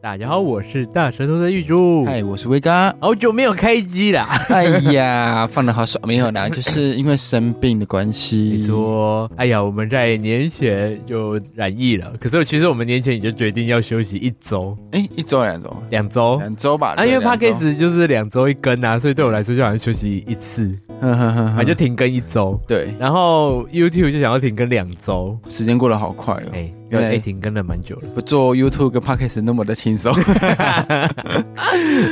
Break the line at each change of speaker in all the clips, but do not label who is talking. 大家好，我是大舌头的玉珠，
嗨，哎我是威 哥。
好久没有开机了。
哎呀，放的好爽，没有啦，就是因为生病的关
你
系。
说，哎呀，我们在年前就染疫了，可是其实我们年前已经决定要休息一周、
哎、一周两周，
两周。
两周吧。
啊，因为 p
怕
a c k a g e 就是两周一更啊，所以对我来说就好像休息一次，
嗯
啊，就停更一周。
对，
然后 YouTube 就想要停更两周，
时间过得好快哦。
哎、
原
原
来
来、停更了蛮久了，
不做 YouTube 跟 Podcast 那么的轻松。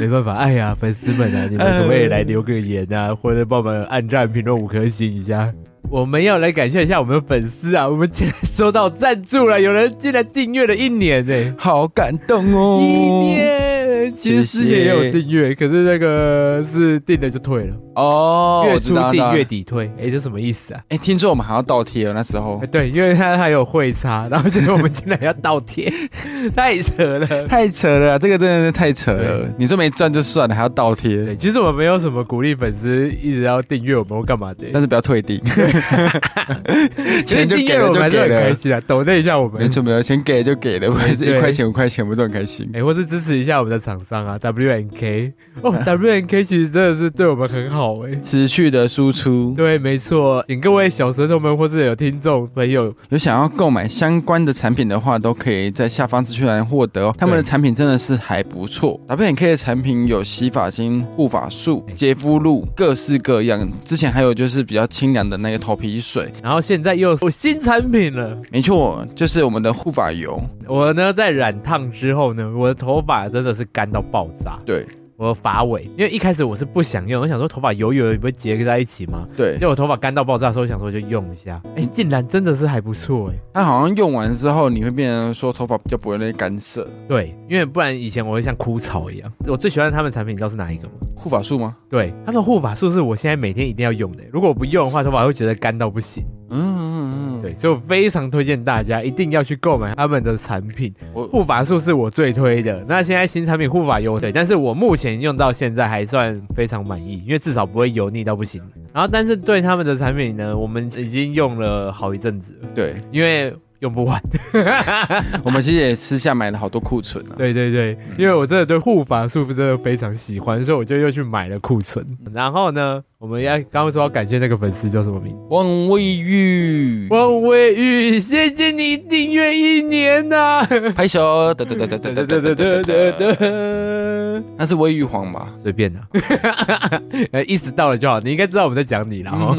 没办法，哎呀，粉丝们啊，你们可不可以来留个言
呃
啊，或者帮我们按赞、评论五颗星一下？我们要来感谢一下我们的粉丝啊，我们竟然收到赞助了，有人竟然订阅了一年呢、
好感动哦！
一年，其实之前也有订阅，可是那个是订了就退了，
哦，
月
我知
初
道
订月
哎
底退，哎，这什么意思啊？、
诶听说我们还要倒贴哦，那时候
哎对，因为他还有汇差，然后结果我们竟然要倒贴， 太扯了。
太扯了啊，这个真的是太扯了。你说没赚就算了，还要倒贴，
对，其实我们没有什么鼓励粉丝一直要订阅我们或干嘛的，
但是不要 退订，
其实
钱就
订
给
阅
了
我
就
们还是
给
很开
了。
心啊，抖那一下我们
没，错没错，钱给了就给了，我也是
对
一块钱五块钱，我都很开心。
哎，或是支持一下我们的厂商啊，WNK 哦，WNK 其实真的是对我们很好哎。
持续的输出，
对，没错，请各位小舌头们或是有听众朋友
有想要购买相关的产品的话，都可以在下方资讯栏获得哦。他们的产品真的是还不错，W N K 的产品有洗发精、护发素、洁肤露，各式各样。之前还有就是比较清凉的那个头皮水，
然后现在又有新产品了。
没错，就是我们的护发油。
我呢在染烫之后呢，我的头发真的是干到爆炸。
对
我的发尾，因为一开始我是不想用，我想说头发油油的不会结在一起吗？
对
结，果我头发干到爆炸的时候，我想说就用一下，哎，竟然真的是还不错哎。
它好像用完之后，你会变成说头发比较不会那干涩。
对，因为不然以前我会像枯草一样。我最喜欢他们的产品，你知道是哪一个吗？
护发素吗？
对，他们护发素是我现在每天一定要用的。如果我不用的话，头发会觉得干到不行。
嗯嗯嗯，
对，所以我非常推荐大家一定要去购买他们的产品。
我
护发素是我最推的，那现在新产品护发油对，但是我目前用到现在还算非常满意，因为至少不会油腻到不行。然后，但是对他们的产品呢，我们已经用了好一阵子了，
对，
因为用不完。
我们其实也私下买了好多库存啊。
对对对，因为我真的对护发素真的非常喜欢，所以我就又去买了库存。嗯然后呢，我们要刚刚说要感谢那个粉丝叫什么名 字？
汪卫玉，
汪伟玉，谢谢你订阅一年呐、
拍手，哒哒哒哒哒哒哒哒哒哒，那是微玉皇吧？
随便啦，呃，意思到了就好。你应该知道我们在讲你啦。 哦。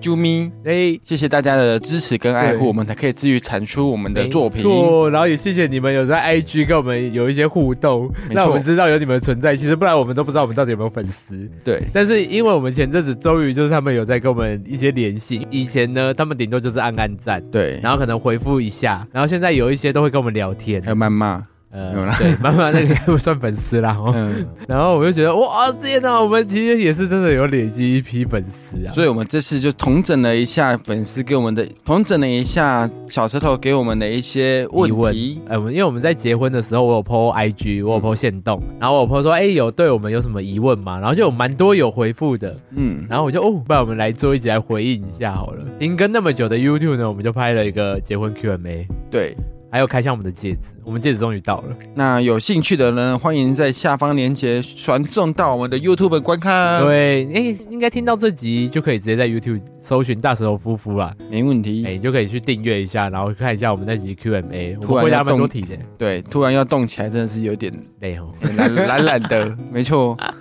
啾咪，
哎，
谢谢大家的支持跟爱护，
对
我们才可以继续产出我们的作品
没。错然后也谢谢你们有在 IG 跟我们有一些互动，
没错
让我们知道有你们的存在。其实不然我们都不知道我们到底有没有粉丝。
对，
但是因为我们前阵子终于就是他们有在跟我们一些联系，以前呢他们顶多就是按按赞，
对，
然后可能回复一下，然后现在有一些都会跟我们聊天
还。有谩骂，哎没有
呃
啦，
对，慢慢那个还不算粉丝 啦。哦
嗯，
然后我就觉得哇，天哪，我们其实也是真的有累积一批粉丝啊。
所以我们这次就统整了一下粉丝给我们的，统整了一下小舌头给我们的一些问
疑
题。
哎，我们因为我们在结婚的时候，我有 PO IG，我有
嗯
PO 线动，然后我有 PO 说，哎，有对我们有什么疑问吗？然后就有蛮多有回复的，
嗯，
然后我就哦，不然我们来做一集来回应一下好了。停更那么久的 YouTube 呢，我们就拍了一个结婚 Q&A，
对。
还有开箱我们的戒指，我们戒指终于到了。
那有兴趣的人，欢迎在下方链接传送到我们的 YouTube 观看。，
对，哎，应该听到这集就可以直接在 YouTube 搜寻大舌头夫妇啦，
没问题。
哎，你就可以去订阅一下，然后看一下我们那集 Q&A，我
突
们
然
回答
要
蛮多
动
题的，
对，突然要动起来，真的是有点
累哦。
懒懒懒的，没错。
啊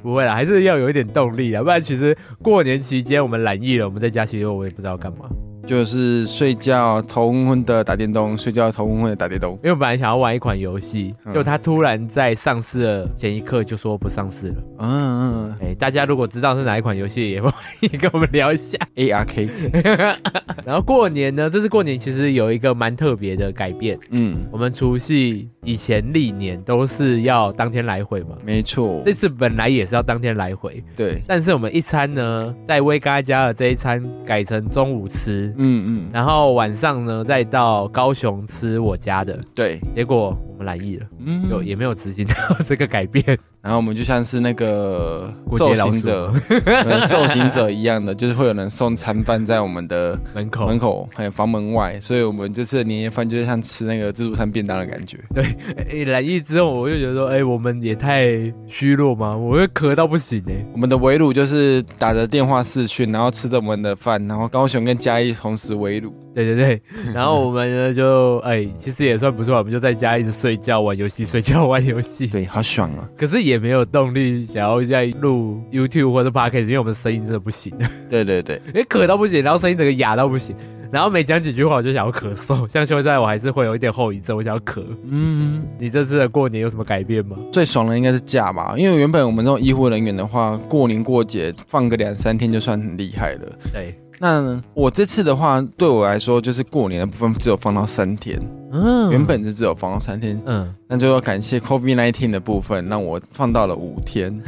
不会啦，还是要有一点动力啦，不然其实过年期间我们懒意了，我们在家其实我也不知道干嘛，
就是睡觉头昏昏的打电动，睡觉头昏昏的打电动。
因为我本来想要玩一款游戏，结
嗯
果它突然在上市的前一刻就说不上市了。
嗯嗯
哎、大家如果知道是哪一款游戏，也欢迎跟我们聊一下。
，A R K，
然后过年呢，这次过年其实有一个蛮特别的改变，
嗯，
我们除夕以前历年都是要当天来回嘛。
没错
这，次本来也是要当天来回，
对，
但是我们一餐呢，在威嘎家的这一餐改成中午吃，
嗯嗯，
然后晚上呢再到高雄吃我家的，
对，
结果我们满意了，
嗯
有也没有执行到这个改变，
然后我们就像是那个
过街
受
老
刑
鼠
者、呃受刑者一样的，就是会有人送餐饭在我们的
门口
门口还有房门外，所以我们这次的年夜饭就是像吃那个自助餐便当的感觉。
一染疫之后，我就觉得说，哎、我们也太虚弱吗？我会咳到不行哎、
我们的围炉就是打着电话视讯，然后吃着我们的饭，然后高雄跟嘉义同时围炉。
对对对，然后我们呢就哎、其实也算不错，我们就在家一直睡觉、玩游戏、睡觉、玩游戏，
对，好爽啊！
可是也没有动力想要再录 YouTube 或者 Podcast，因为我们声音真的不行，
对对对，
因为咳到不行，然后声音整个哑到不行，然后每讲几句话我就想要咳嗽，像现在我还是会有一点后遗症，我想要咳。
嗯，
你这次的过年有什么改变吗？
最爽的应该是假吧，因为原本我们这种医护人员的话，过年过节放个两三天就算很厉害了。
对，
那我这次的话，对我来说就是过年的部分只有放到三天，
嗯
原本是只有放到三天，
嗯，
那就要感谢 COVID 1 9的部分，让我放到了五天。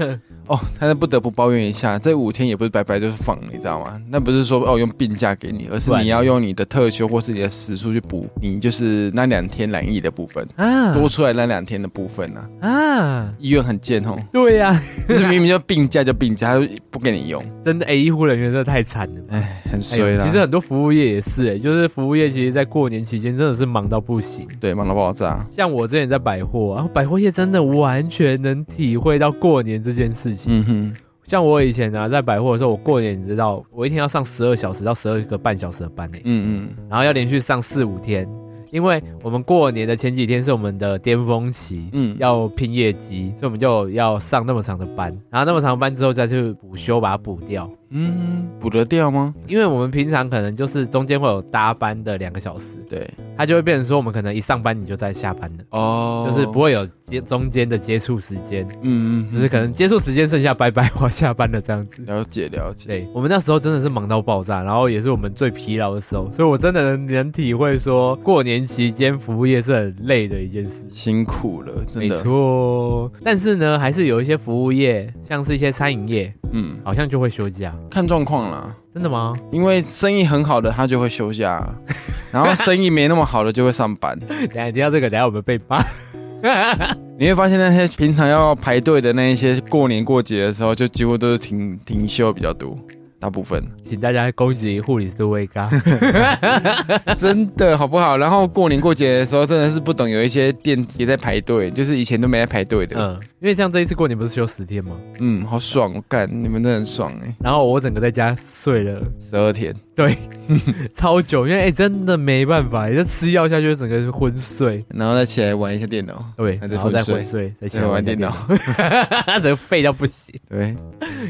哦，但是不得不抱怨一下，这五天也不是白白就是放，你知道吗？那不是说哦用病假给你，而是
不然
你要用你的特休或是你的时数去补，你就是那两天染疫的部分，
啊
多出来那两天的部分啊。
啊，
医院很贱哦，
对啊呀、
就是明明就病假就病假，他就不给你用，
真的，哎、医护人员真的太惨了。
哎，很
哎呦
衰啦。
其实很多服务业也是、哎，就是服务业其实在过年期间真的是忙到不行。
对，忙到爆炸。
像我之前在百货啊，百货业真的完全能体会到过年这件事情。
嗯哼，
像我以前啊，在百货的时候，我过年你知道，我一天要上十二小时到十二个半小时的班呢、
嗯嗯，
然后要连续上四五天，因为我们过年的前几天是我们的巅峰期，
嗯
要拼业绩，所以我们就要上那么长的班，然后那么长的班之后再去补休把它补掉，
嗯，补得掉吗？
因为我们平常可能就是中间会有搭班的两个小时，
对，
它就会变成说我们可能一上班你就在下班了。
哦，
就是不，会有接中间的接触时间，
嗯嗯，
就是可能接触时间剩下拜拜，我要下班了这样子。
了解了解。
对我们那时候真的是忙到爆炸，然后也是我们最疲劳的时候，所以我真的能能体会说过年期间服务业是很累的一件事。
辛苦了，真
没
的。
错，但是呢，还是有一些服务业，像是一些餐饮业，
嗯，
好像就会休假。
看状况啦，
真的 吗？
因为生意很好的他就会休 假，啊然后生意没那么好的就会上班。
等一下听到这个，等一下我们被骂。
你会发现那些平常要排队的那一些，过年过节的时候就几乎都是停停休比较多。大部分
请大家恭喜护理师威嘎。
真的好不好？然后过年过节的时候，真的是不懂有一些店也在排队，就是以前都没在排队的。
嗯，因为像这一次过年不是休十天吗？
嗯，好爽，我干，你们真的很爽哎、
然后我整个在家睡了
1十二天，
对，超久，因为哎、真的没办法，你这吃药下去，整个是昏睡，
然后再起来玩一下电脑，
对，
还在
然后再
昏
昏睡，再起
再
来
玩
玩
电
电
脑
脑，。 整个废到不 行。
对，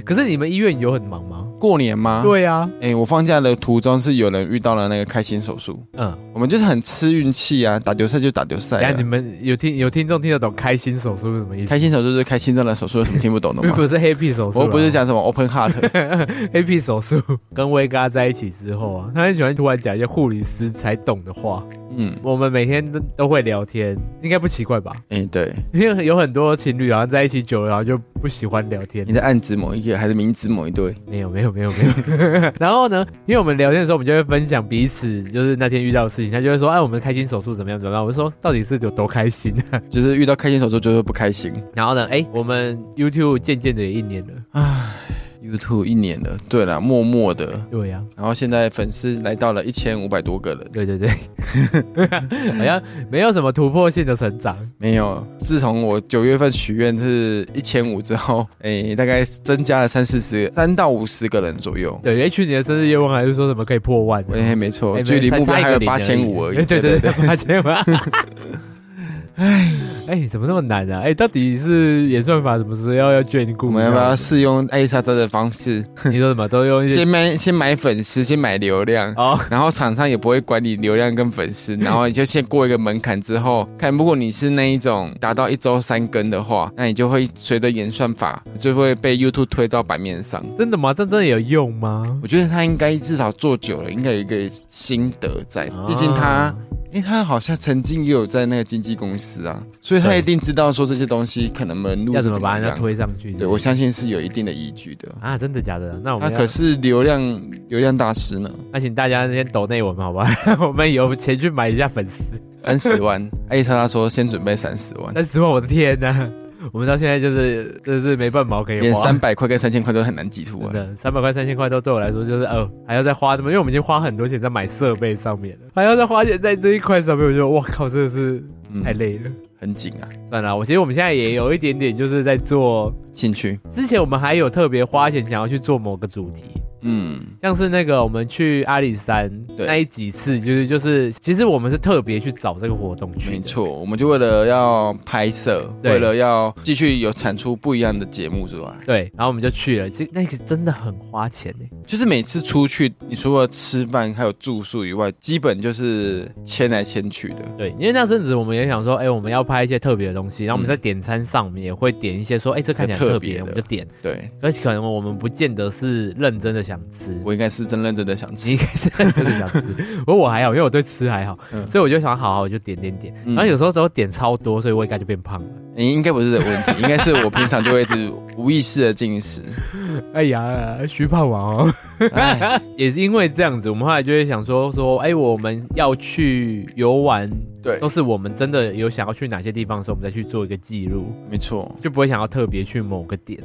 可是你们医院有很忙吗？
过年吗？
对啊，
哎、我放假的途中是有人遇到了那个开心手术，
嗯，
我们就是很吃运气啊，打球赛就打球赛
等哎下你
啊。
们有听有听众听得懂开心手术是什么意思？
开心手术就是开心脏的手术，有什么听 不懂的
并
吗？
不是黑屁手术啊，
我又不是讲什么 open heart，
黑屁手术。 跟威嘎在一起之后啊，他很喜欢突然讲一些护理师才懂的话。
嗯，
我们每天都都会聊天，应该不奇怪吧？
哎、对，
因为有很多情侣好像在一起久了，然后就不喜欢聊 天
你。在暗指某一个还是明指某一对？
没有没有没有没有。 然后呢，因为我们聊天的时候，我们就会分享彼此就是那天遇到的事情，他就会说，哎，我们开心手术怎么样怎么样。我就说，到底是有多开心、
就是遇到开心手术就会不开心。
然后呢，哎，我们 YouTube 渐渐的也一年了，
YouTube 一年了，对了，默默的，
对呀、
然后现在粉丝来到了一千五百多个人，
对对 对，好像没有什么突破性的成长。
没有，自从我九月份许愿是一千五之后，哎、大概增加了三四十，三到五十个人左右。
对，哎，去年的生日愿望还是说什么可以破万的。
哎、没错，
哎
距离
才
目标
差一
还
个
有
零
八千五而已。
哎对对对，八千五。哎 哎，怎么那么难啊？哎，到底是演算法什么时候要要眷顾
我
一下？
们要不要试用艾丽莎莎的方式，
你说什么都用一些
先买先买粉丝，先买流量，
哦，
然后厂商也不会管你流量跟 粉丝，然后你就先过一个门槛之后，看如果你是那一种达到一周三更的话，那你就会随着演算法就会被 YouTube 推到版面上。
真的吗？这真的有用吗？
我觉得他应该至少做久了，应该有一个心得在， 毕竟他
啊。
因为他好像曾经也有在那个经纪公司啊，所以他
对
一定知道说这些东西可能门路
要
是
怎么
怎
把
么
人家
样。
推上去？
对，我相信是有一定的依据的。
啊，真的假的？那我
他
们
可
要
是流量流量大师呢，
那请大家先抖内我们好 吧？我们有钱去买一下粉丝，
三十万。艾丽莎莎说先准备三十万，
哎三十万，我的天呐！我们到现在就是就是没半毛可以
连
花
三。百块跟三千块都很难挤出
真
来。
的，三百块、三千块都对我来说就是哦，还要再花那么，因为我们已经花很多钱在买设备上面了，还要再花钱在这一块上面，我觉得哇靠，真的是
嗯
太累了。
很紧啊，
算了，我其实我们现在也有一点点就是在做，
兴趣。
之前我们还有特别花钱想要去做某个主题，
嗯，
像是那个我们去阿里山
对
那一几次，就是就是，其实我们是特别去找这个活动去的，
没错，我们就为了要拍摄，
对
为了要继续有产出不一样的节目之外，
对，然后我们就去了，其实那个真的很花钱欸呢、
就是每次出去，你除了吃饭还有住宿以外，基本就是迁来迁去的。
对，因为那阵子我们也想说，哎、我们要拍一些特别的东西，然后我们在点餐上，我们也会点一些说，哎、这看起来
特
嗯特
别
别，
的
我们就点，
对
而且可能我们不见得是认真的想吃。
我应该是真认真的想
你应
吃，
该是认真的想吃，不过我还好，因为我对吃还好，
嗯
所以我就想好好我就点点点，然后有时候都点超多，所以我应该就变胖了。
你应该不是这个问题，应该是我平常就会一直无意识的进 食。
哎呀，徐胖王哦，
哎
也是因为这样子，我们后来就会想说说，哎、我们要去游玩，
对
都，是我们真的有想要去哪些地方的时候，我们再去做一个记录，
没错。
就不会想要特别去某个点。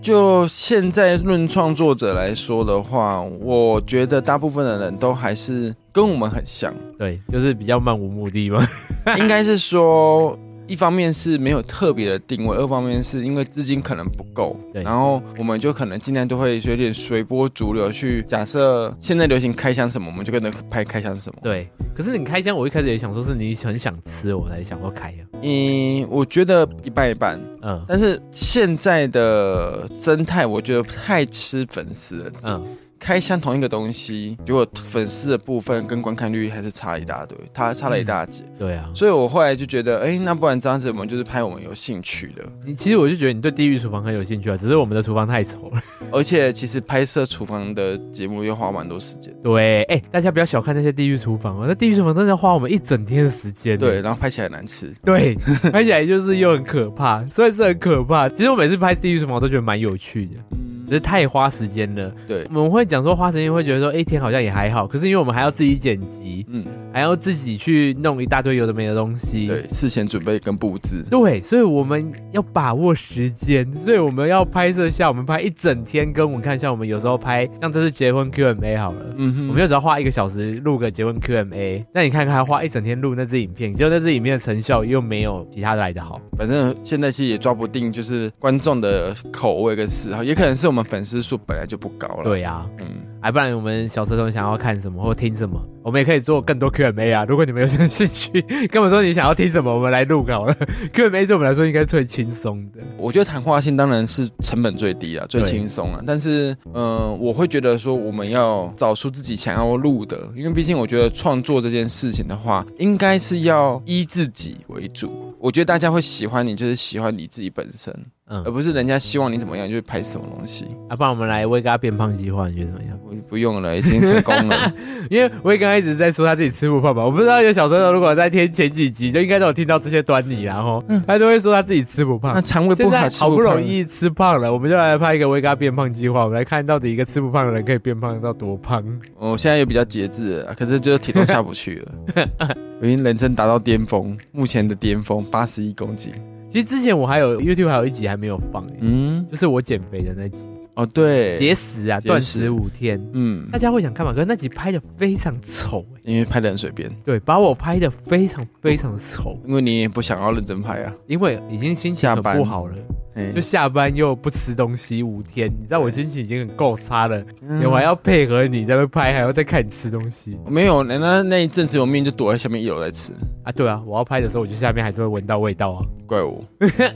就现在论创作者来说的话，我觉得大部分的人都还是跟我们很 像，
对，就是比较漫无目的嘛。
应该是说。一方面是没有特别的定位，二方面是因为资金可能不够，
对
然后我们就可能尽量都会有点随波逐流去。假设现在流行开箱什么，我们就跟着拍开箱什么。
对，可是你开箱，我一开始也想说是你很想吃，我才想要开呀。
嗯，我觉得一半一半，
嗯
但是现在的生态我觉得太吃粉丝了，
嗯，
开箱同一个东西，结果粉丝的部分跟观看率还是差一大堆，差差了一大截。
对啊。
所以我后来就觉得，哎、那不然这样子，我们就是拍我们有兴趣的。
你其实我就觉得你对地狱厨房很有兴趣啊，只是我们的厨房太丑了。
而且其实拍摄厨房的节目又花蛮多时间，
对，哎、大家不要小看那些地狱厨房哦，那地狱厨房真的要花我们一整天的时间。
对，，然后拍起来很难吃。
对，拍起来就是又很可怕，虽然是很可怕。其实我每次拍地狱厨房我都觉得蛮有趣的，
嗯
只，是太花时间了。
对
我，们会讲说花时间，会觉得说，哎、一天好像也还好。可是因为我们还要自己剪辑，
嗯，
还要自己去弄一大堆有的没的东西。
对，事前准备跟布置，
对，所以我们要把握时间，所以我们要拍摄下，我们拍一整天跟我们看，像我们有时候拍，像这次结婚 Q&A 好了。
嗯哼
我们就只要花一个小时录个结婚 Q&A，那你看看还花一整天录那支影片，结果那支影片的成效又没有其他来的好。
反正现在其实也抓不定，就是观众的口味跟嗜好，也可能是我们粉丝数本来就不高了。，
对呀、
嗯，
哎，不然我们小舌头想要看什么或听什么，我们也可以做更多 Q&A 啊。如果你们有兴趣，跟我们说你想要听什么，我们来录好了。Q&A 对我们来说应该是最轻松的。
我觉得谈话性当然是成本最低啊，最
对
轻松啊。但是，嗯、我会觉得说我们要找出自己想要录的，因为毕竟我觉得创作这件事情的话，应该是要依自己为主。我觉得大家会喜欢你，就是喜欢你自己本身，
嗯
而，不是人家希望你怎么样你就拍什么东西。
啊，不然我们来威嘎变胖计划，你觉得怎么样？
我不用了，已 经成功了。
因为威刚刚一直在说他自己吃不胖嘛，我不知道有小时候如果在听前几集，就应该都有听到这些端倪啦吼，然后他都会说他自己吃不
嗯那
胖。
肠胃不
现在
好，吃
好不
胖
容易吃胖了，我们就来拍一个威嘎变胖计划，我们来看到底一个吃不胖的人可以变胖到多胖。
我哦现在也比较节制了，可是就是体重下不去了， 我已经人生达到巅峰，目前的巅峰八十一公斤。
其实之前我还有 YouTube 还有一集还没有放、欸，
嗯，
就是我减肥的那集，
哦对，
节食啊，
节食
断食五天。
嗯
大，家会想看嘛？可是那集拍的非常丑、欸，
因为拍的很随便，
对，把我拍的非常非常丑，
因为你也不想要认真拍啊。
因为已经心情
下
很
班
不好了，
嗯
就，下班又不吃东西五天，你知道我心情已经很够差了，
嗯
我还要配合你在那边拍，还要再看你吃东西
没有，那那那一阵子我命就躲在下面一楼在吃，
啊！对啊，我要拍的时候，我就下面还是会闻到味道啊。
怪我。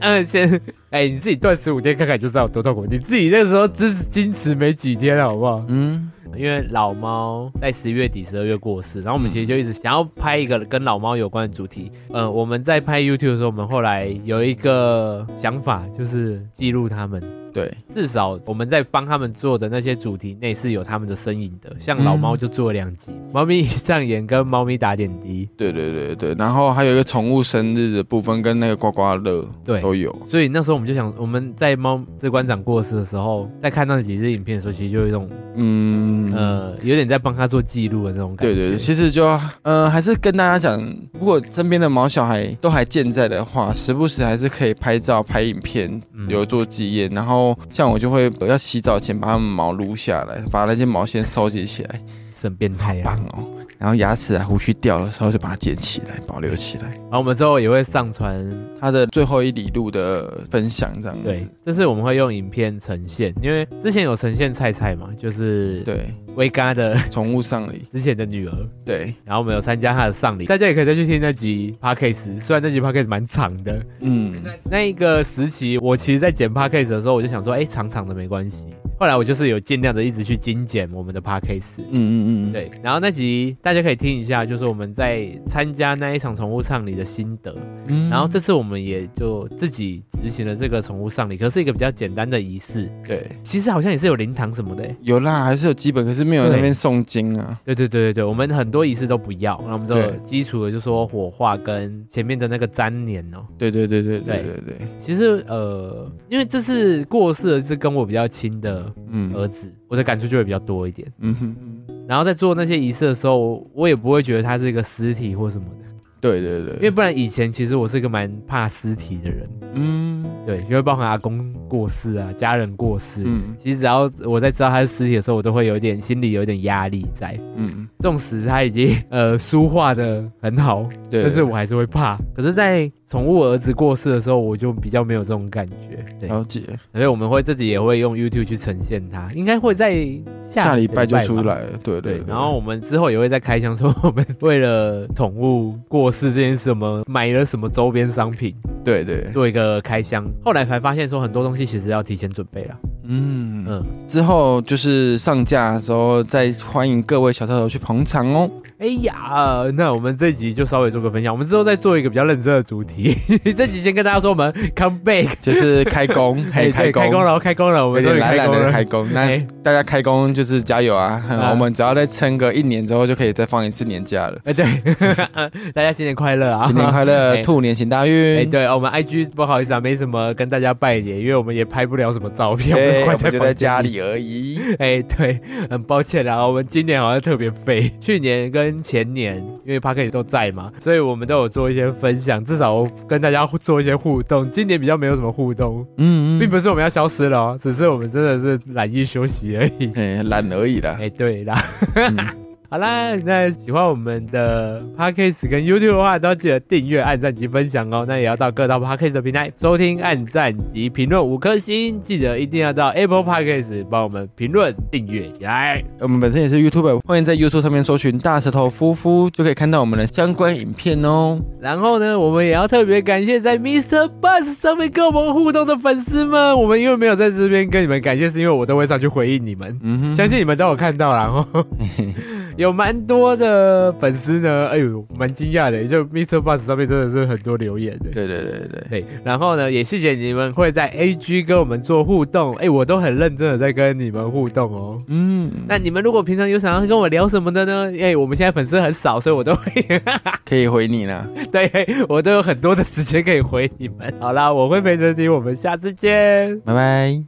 嗯，先，哎、你自己断十五天看看就知道有多痛苦，你自己那时候只矜持没几天啊好不好？
嗯，
因为老猫在十月底、十二月过世，然后我们其实就一直想要拍一个跟老猫有关的主题。呃，我们在拍 YouTube 的时候，我们后来有一个想法，就是记录他们。
对，
至少我们在帮他们做的那些主题内是有他们的身影的，像老
嗯
猫就做了两集，猫咪上眼跟猫咪打点滴，
对对对对，然后还有一个宠物生日的部分跟那个刮刮乐
对
都有，
所以那时候我们就想，我们在猫这馆长过世的时候，在看那几支影片的时候，其实就有一种
嗯。
呃，有点在帮他做记录的那种感
对
觉。
对对，其实就呃，还是跟大家讲，如果身边的毛小孩都还健在的话，时不时还是可以拍照、拍影片
嗯，
留作纪念。然后像我就会呃要洗澡前把它们毛撸下来，把那些毛先收集起来，
是很变态啊
棒。哦。然后牙齿啊、胡须掉的时候就把它捡起来，保留起来。
然后我们之后也会上传，
它的最后一里路的分享这样
对
子。，
这是我们会用影片呈现，因为之前有呈现菜菜嘛，就是
对，
威嘎的
宠物丧礼，
之前的女儿，
对，
然后我们有参加她的丧礼，大家也可以再去听那集 podcast，虽然那集 podcast 蛮长的，
嗯，
那一个时期，我其实，在剪 podcast 的时候，我就想说，哎、长长的没关系。后来我就是有尽量的一直去精简我们的 podcast。
嗯嗯嗯，，
对，然后那集大家可以听一下，就是我们在参加那一场宠物丧礼的心得。
嗯
然后这次我们也就自己执行了这个宠物丧礼，可是一个比较简单的仪式，
嗯对。
其实好像也是有灵堂什么的、诶
有啦，还是有基本，可是没有那边诵经啊。
对对对对对，我们很多仪式都不要，那我们就
对
基础的就说火化跟前面的那个粘连哦、
对对对对对
对
对对，
其实呃，因为这次过世的是跟我比较亲的
嗯
儿子，我的感触就会比较多一点。
嗯哼，
然后在做那些仪式的时候，我也不会觉得它是一个尸体或什么的，
对对
因为
对，
不然以前其实我是一个蛮怕尸体的人，
嗯
对，因为包含阿公过世啊，家人过世。
嗯
其实只要我在知道他是尸体的时候，我都会有一点心里有一点压力在。
嗯，
纵使他已经呃书画的很好，
对，
但是我还是会怕。可是，在宠物儿子过世的时候，我就比较没有这种感觉。对，
了解，
所以我们会自己也会用 YouTube 去呈现它，应该会在
下
礼
礼拜就
吧
出。来了，对
对
对，，
然后我们之后也会再开箱说，我们为了宠物过世这件事，我们买了什么周边商品，
对对，
做一个开箱。后来才发现说，很多东西其实要提前准备了。
嗯嗯，
嗯，
之后就是上架的时候再欢迎各位小跳头去捧场 哦。
哎呀，呃那我们这集就稍微做个分享，我们之后再做一个比较认真的主题。 这集先跟大家说，我们 come back，
就是开 工，嘿，
哎对
工，
开工哎了，开工了，我
有
们终
点
于
懒
开
懒
工
的
了。
开工，那
哎
大家开工就是加油啊！
啊
我们只要再撑个一年之后，就可以再放一次年假了。
哎，对， 大家新年快乐啊！
新年快
哎
乐，兔年行大
哎、
运！
对，我们 IG 不好意思啊，没什么跟大家拜年，因为我们也拍不了什么照片，
对，
我
我
们
们
关
就
房
在
间
家。里而已。
哎、对，很抱歉啦，我们今年好像特别废，去年跟前年因为 p a r k e 都在嘛，所以我们都有做一些分享，至少跟大家互做一些互动。今年比较没有什么互动，
嗯
并不是我们要消失了哦，只是我们真的是懒意休息而已。
哎，懒而已啦
哎、。对啦。
嗯
好啦，那喜欢我们的 podcast 跟 YouTube 的话，都要记得订阅、按赞及分享哦。那也要到各大 podcast 的平台收听、按赞及评论五颗星，记得一定要到 Apple Podcast 帮我们评论、订阅起来。
我们本身也是 YouTube，欢迎在 YouTube 上面搜寻“大舌头夫妇”，就可以看到我们的相关影片哦。
然后呢，我们也要特别感谢在 Mr. Bus 上面跟我们互动的粉丝们。我们因为没有在这边跟你们感谢，是因为我都会上去回应你们。
嗯
相信你们都有看到啦，然后 有蛮多的粉丝呢，哎呦，蛮惊讶的，就 Mr. Bus 上面真的是很多留言的。
对对对对，
对，然后呢，也谢谢你们会在 A G 跟我们做互动，哎，我都很认真的在跟你们互动哦。
嗯，
那你们如果平常有想要跟我聊什么的呢？哎，我们现在粉丝很少，所以我都会，
可以回你啦，
对我都有很多的时间可以回你们。好啦，我会陪着你，我们下次见。
拜拜。